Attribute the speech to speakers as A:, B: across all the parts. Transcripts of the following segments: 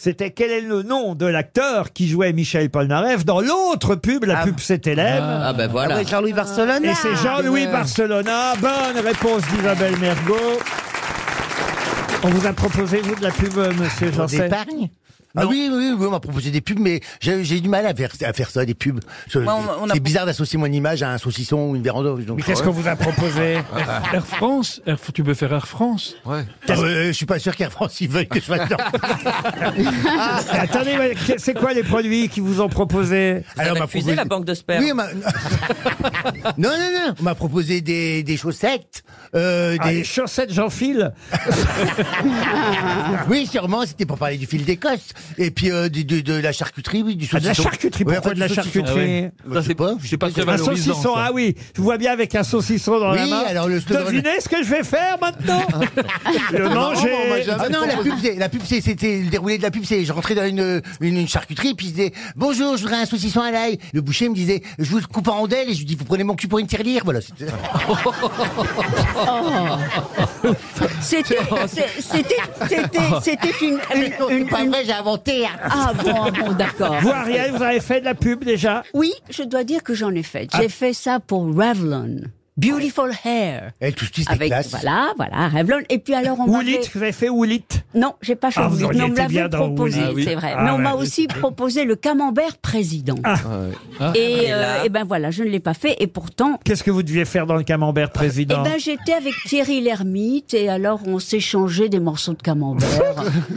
A: C'était quel est le nom de l'acteur qui jouait Michel Polnareff dans l'autre pub, la pub C'est élève.
B: Ah, ben voilà. Ah oui, Jean-Louis Barcelona.
A: Et c'est Jean-Louis
B: Ouais.
A: Barcelona. Bonne réponse d'Isabelle Mergot. On vous a proposé, vous, de la pub, euh, monsieur
C: Pour
A: Janssen
C: d'épargne ah oui, oui, oui, on m'a proposé des pubs, mais j'ai j'ai eu du mal à faire, à faire ça, des pubs. Je-
D: Moi, on- on a-
C: C'est bizarre d'associer mon image à un saucisson ou une véranda. donc-
A: Mais qu'est-ce qu'on vous a proposé
E: Air, Air France, Air- tu peux faire Air France.
C: Ah Ouais. je suis pas sûr qu'Air France y veuille que je fasse. non.
A: Attendez, mais que- c'est quoi les produits qui vous ont proposé
C: Alors, on Ah m'a
D: Fusée, la banque de sperme.
C: Oui, on m'a- non, non, non. On m'a proposé des, des chaussettes. euh,
A: Ah, les
C: des...
A: chaussettes, j'enfile.
C: Oui, sûrement, c'était pour parler du fil d'Écosse. Et puis euh, du- du- de, la charcuterie, oui, du
A: Ah, de
C: saucisson.
A: la charcuterie,
C: Ouais,
A: pourquoi
C: enfin,
A: de la
C: du saucisson.
A: charcuterie
C: Bah, je sais pas.
E: C'est pas très
A: Un
E: valorisant.
A: saucisson,
E: ça.
A: ah oui, je vous vois bien avec un saucisson dans la
C: Oui,
A: main.
C: alors le-
A: Devinez ce que je vais faire maintenant Le manger
C: Ah non, la pub, c'est- la pub, c'est- c'était le déroulé de la pub, c'est je rentrais dans une, une, une charcuterie, puis je disais bonjour, je voudrais un saucisson à l'ail. Le boucher me disait je vous le coupe en rondelles, et je lui dis vous prenez mon cul pour une tirelire. Voilà. c'était-
F: C'était, c'est- c'était, c'était,
E: Ah.
F: c'était une, une-
C: Ah, Non, c'est
F: une-
C: pas
F: une-
C: vrai, j'ai inventé. hein.
F: Ah bon, bon, d'accord.
A: Vous, Ariel, vous avez fait de la pub déjà
F: Oui, je dois dire que j'en ai fait.
E: Ah.
F: J'ai fait ça pour Revlon, Beautiful Hair.
C: Elle touche tous les
F: Avec
C: classes.
F: voilà, voilà, Revlon. Et puis alors on m'a
A: Oulit,
F: fait-
A: vous avez fait Oulit
F: Non, j'ai pas fait
A: Ah, vous auriez
F: Oulit. Non, on me
A: été
F: l'avait
A: bien dans
F: proposé,
A: Oulit.
E: Ah Ah. oui.
F: c'est vrai.
A: Ah
F: Mais on m'a
A: ouais.
F: aussi proposé le camembert président.
C: Ah,
F: Et, euh, et ben voilà, je ne l'ai pas fait. Et pourtant,
A: Qu'est-ce que vous deviez faire dans le camembert,
F: Eh
A: président
F: ben, j'étais avec Thierry Lhermitte et alors on s'échangeait des morceaux de camembert.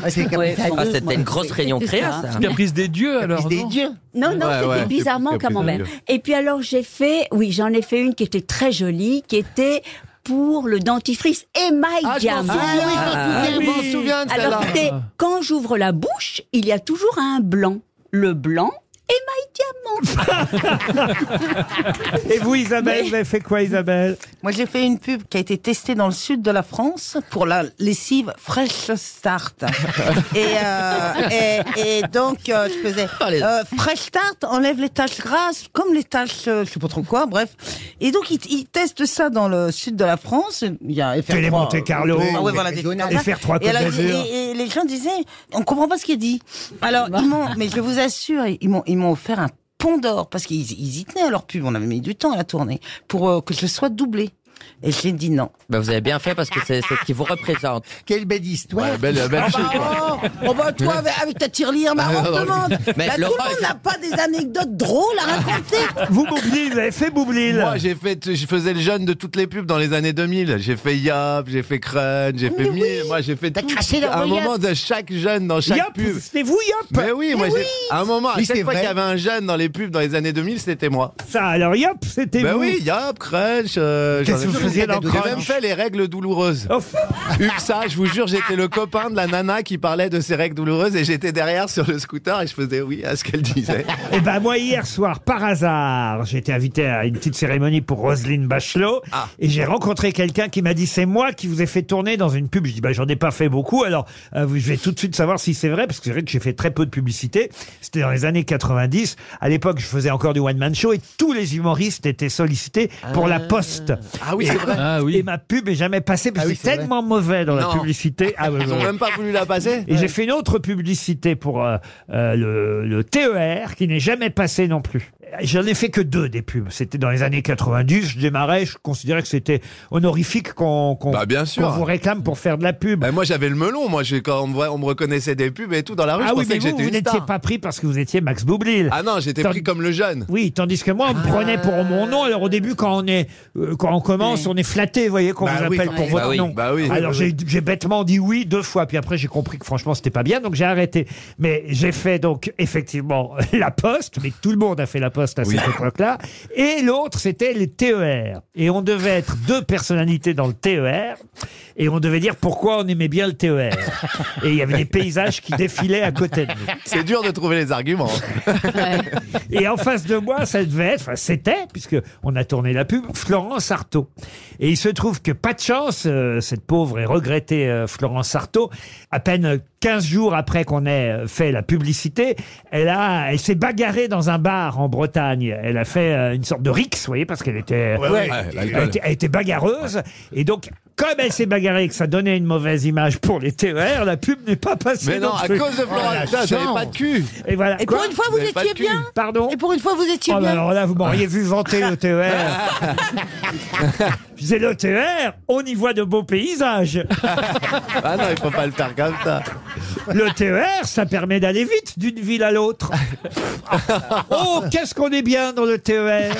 C: Ah, c'est comme
F: Ouais,
C: ça,
F: bon,
D: Ah, c'était
F: ouais,
D: une grosse
F: c'était
D: réunion
F: ça.
D: créa, ça.
E: Caprice des dieux, alors.
C: des
E: non
C: dieux.
F: Non, non,
B: Ouais,
F: c'était
B: ouais, c'est
F: bizarrement
B: plus capable.
F: camembert. Et puis alors j'ai fait, oui, j'en ai fait une qui était très jolie, qui était pour le dentifrice et my Diamant.
C: Ah,
A: oui.
C: je m'en souviens.
F: Alors c'était quand j'ouvre la bouche, il y a toujours un blanc. Le blanc et my Diamant.
A: Et vous, Isabelle, vous avez fait quoi, Isabelle
G: Moi, j'ai fait une pub qui a été testée dans le sud de la France pour la lessive Fresh Start. et, euh, et, et donc, euh, je faisais euh, Fresh Start enlève les taches grasses, comme les taches, euh, je sais pas trop quoi, bref. Et donc, ils, ils testent ça dans le sud de la France. Il y a
A: Télé
G: FR3,
A: Monte
G: euh,
A: Carlo.
G: ah ouais,
C: Et
G: voilà, des trucs comme
A: Et
G: ça.
A: faire trois
G: Et,
A: Côtes
G: alors,
A: d'Azur.
G: et- et les gens disaient, on comprend pas ce qu'il dit. Alors, ils m'ont, mais je vous assure, ils m'ont, ils m'ont offert un pont d'or parce qu'ils ils y tenaient à leur pub. On avait mis du temps à la tourner pour euh, que je sois doublé. Et j'ai dit non.
D: Ben, vous avez bien fait parce que c'est c'est ce qui vous représente.
C: Quelle belle histoire. Ah,
B: Ouais, belle, belle
G: Bah, oh, oh, bah, toi, avec, avec ta tirelire, bah, on te demande.
D: Mais
G: Bah, tout
D: Ah, Laurent,
G: le monde n'a pas des anecdotes drôles à raconter.
A: Vous, Boublil, vous avez fait Boublil
H: Moi, j'ai fait, je faisais le jeune de toutes les pubs dans les années 2000. J'ai fait Yop, j'ai fait Crunch, j'ai fait Mille. Moi, j'ai fait tout.
C: craché dans
H: un
C: le Yop.
H: moment de chaque jeune dans chaque
A: Yop,
H: pub.
A: c'est vous, Yop
H: Mais oui, moi, j'ai, à un moment, à
C: Oui, c'est
H: chaque fois
C: vrai.
H: qu'il y avait un jeune dans les pubs dans les années 2000, c'était moi.
A: Ça, alors, Yop, c'était
H: Ben
A: vous
H: oui, Yop, Crunch, euh,
A: Qu'est-ce
H: j'en ai
A: que vous
H: fait.
A: faisiez dans
H: J'ai même
A: Crunch
H: fait les règles douloureuses.
A: Oh, f-
H: UPSA, je vous jure, j'étais le copain de la nana qui parlait de ses règles douloureuses et j'étais derrière sur le scooter et je faisais oui à ce qu'elle disait.
A: Eh ben moi hier soir, par hasard, j'ai été invité à une petite cérémonie pour Roselyne Bachelot et j'ai rencontré quelqu'un qui m'a dit c'est moi qui vous ai fait tourner dans une pub. Je dis bah j'en ai pas fait beaucoup alors euh, je vais tout de suite savoir si c'est vrai parce que c'est vrai que j'ai fait très peu de publicité. C'était dans les années 90. À l'époque je faisais encore du one man show et tous les humoristes étaient sollicités pour la poste.
H: Ah oui, c'est vrai.
E: Ah
A: Et
E: oui.
A: ma pub est jamais passée parce
C: Ah
A: que
C: oui,
A: c'est
C: c'est
A: tellement mauvais dans la
H: Non.
A: publicité. Ah, ouais,
H: Ils
A: ouais,
H: ont
A: ouais.
H: même pas voulu la passer.
A: Et j'ai fait une autre publicité pour euh, euh, le, le TER qui n'est jamais passé non plus. J'en ai fait que deux des pubs. C'était dans les années 90. Je démarrais, je considérais que c'était honorifique qu'on qu'on-
H: Bah, bien
A: qu'on
H: sûr.
A: vous réclame pour faire de la pub.
H: Ben, moi j'avais le melon, moi je- quand on me, voit- on me reconnaissait des pubs et tout dans la rue,
A: ah
H: je
A: oui,
H: pensais
A: mais
H: que
A: vous,
H: j'étais
A: vous
H: une
A: n'étiez
H: star.
A: pas pris parce que vous étiez Max Boublil.
H: Ah non, j'étais
A: T'as-
H: pris comme le jeune.
A: Oui, tandis que moi, on me prenait pour mon nom. Alors au début, quand on est, euh, quand on commence, on est flatté, vous voyez, qu'on
H: Bah
A: vous
H: oui,
A: appelle pour
H: bah
A: votre
D: oui,
A: nom.
H: bah oui.
A: Alors
H: Oui,
A: j'ai- j'ai bêtement dit oui deux fois, puis après j'ai compris que franchement c'était pas bien, donc j'ai arrêté. Mais j'ai fait donc effectivement la Poste, mais tout le monde a fait la Poste à cette époque-là. Et l'autre, c'était les TER. Et on devait être deux personnalités dans le TER, et on devait dire pourquoi on aimait bien le TER. Et il y avait des paysages qui défilaient à côté de nous.
H: C'est dur de trouver les arguments.
A: Et en face de moi, ça devait être, enfin, c'était, puisque on a tourné la pub, Florence Artaud. Et il se trouve que pas de chance, euh, cette pauvre et regrettée euh, Florence Artaud, à peine 15 jours après qu'on ait euh, fait la publicité, elle a, elle s'est bagarrée dans un bar en Bretagne. Elle a fait euh, une sorte de rix, vous voyez, parce qu'elle était,
C: Ouais, ouais.
A: elle était, elle était bagarreuse. Et donc, comme elle s'est bagarrée et que ça donnait une mauvaise image pour les TER, la pub n'est pas passée.
H: Mais non, à
A: plus.
H: cause de Florent
A: Oh, la
H: Latin, j'avais
A: chance.
H: pas de cul.
A: Et voilà.
G: Et
A: Quoi
G: pour une fois, vous
H: Vous avez pas
G: étiez
H: de cul.
G: bien.
A: Pardon
G: Et pour une fois, vous étiez
A: Oh, bah
G: bien.
A: alors là, vous m'auriez vu vanter le TER. Je disais, le TER, on y voit de beaux paysages.
H: Ah non, il faut pas le faire comme ça.
A: Le TER, ça permet d'aller vite d'une ville à l'autre. Oh, qu'est-ce qu'on est bien dans le E TER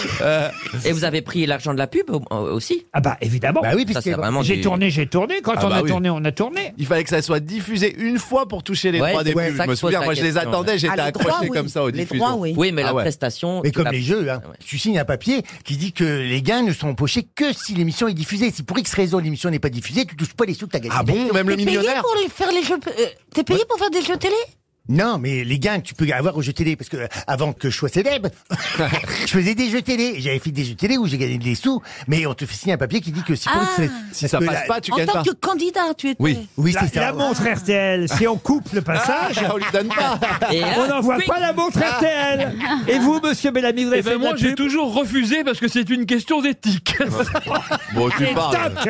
D: Et vous avez pris l'argent de la pub au- euh, aussi
A: Ah bah, évidemment.
C: Bah oui,
D: Ça,
C: puisque
D: c'est vraiment
A: J'ai
D: du-
A: tourné, j'ai tourné. Quand
H: Ah
A: on
H: bah
A: a
H: oui.
A: tourné, on a tourné.
H: Il fallait que ça soit diffusé une fois pour toucher les
D: Ouais,
H: droits des
D: c'est
H: pubs.
D: ça que
H: Je me
D: je pose
H: souviens,
D: la
H: moi je les
D: question, ouais.
H: attendais, j'étais
G: Ah, les droits,
H: accroché
G: oui.
H: comme ça aux
G: Les
H: diffusions.
G: droits, oui.
D: Oui, mais
H: Ah
D: la
H: ouais.
D: prestation.
C: Mais
D: tu
C: comme
D: l'as-
C: les jeux, hein.
D: Ah ouais.
C: tu signes un papier qui dit que les gains ne sont empochés que si l'émission est diffusée. Si pour X raison l'émission n'est pas diffusée, tu touches pas les sous que t'as gagné.
H: Ah bon, même le
G: T'es payé
H: millionnaire
G: pour les- faire les jeux. euh, T'es payé pour faire des jeux télé
C: Non, mais les gains que tu peux avoir aux jeux télé, parce que euh, avant que je sois célèbre, je faisais des jeux télé. J'avais fait des jeux télé où j'ai gagné des sous, mais on te fait signer un papier qui dit que si pour
G: Ah.
C: X raison-
H: Si ça
C: parce que
H: passe
C: la-
H: pas, tu
G: En
H: gagnes
G: tant
H: pas.
G: que candidat, tu étais.
H: Oui.
C: Oui,
A: La,
C: c'est ça. Ah,
A: la montre RTL, si on coupe le passage,
H: On lui donne pas.
D: Et là,
A: on n'envoie
D: quick,
A: pas la montre RTL. Et vous, monsieur Bellamy, vous avez
E: Eh
A: fait
E: ben
A: de la
E: moi, j'ai Eh ben,
A: pub
E: toujours refusé parce que c'est une question d'éthique.
H: Bon, tu parles.
A: Toc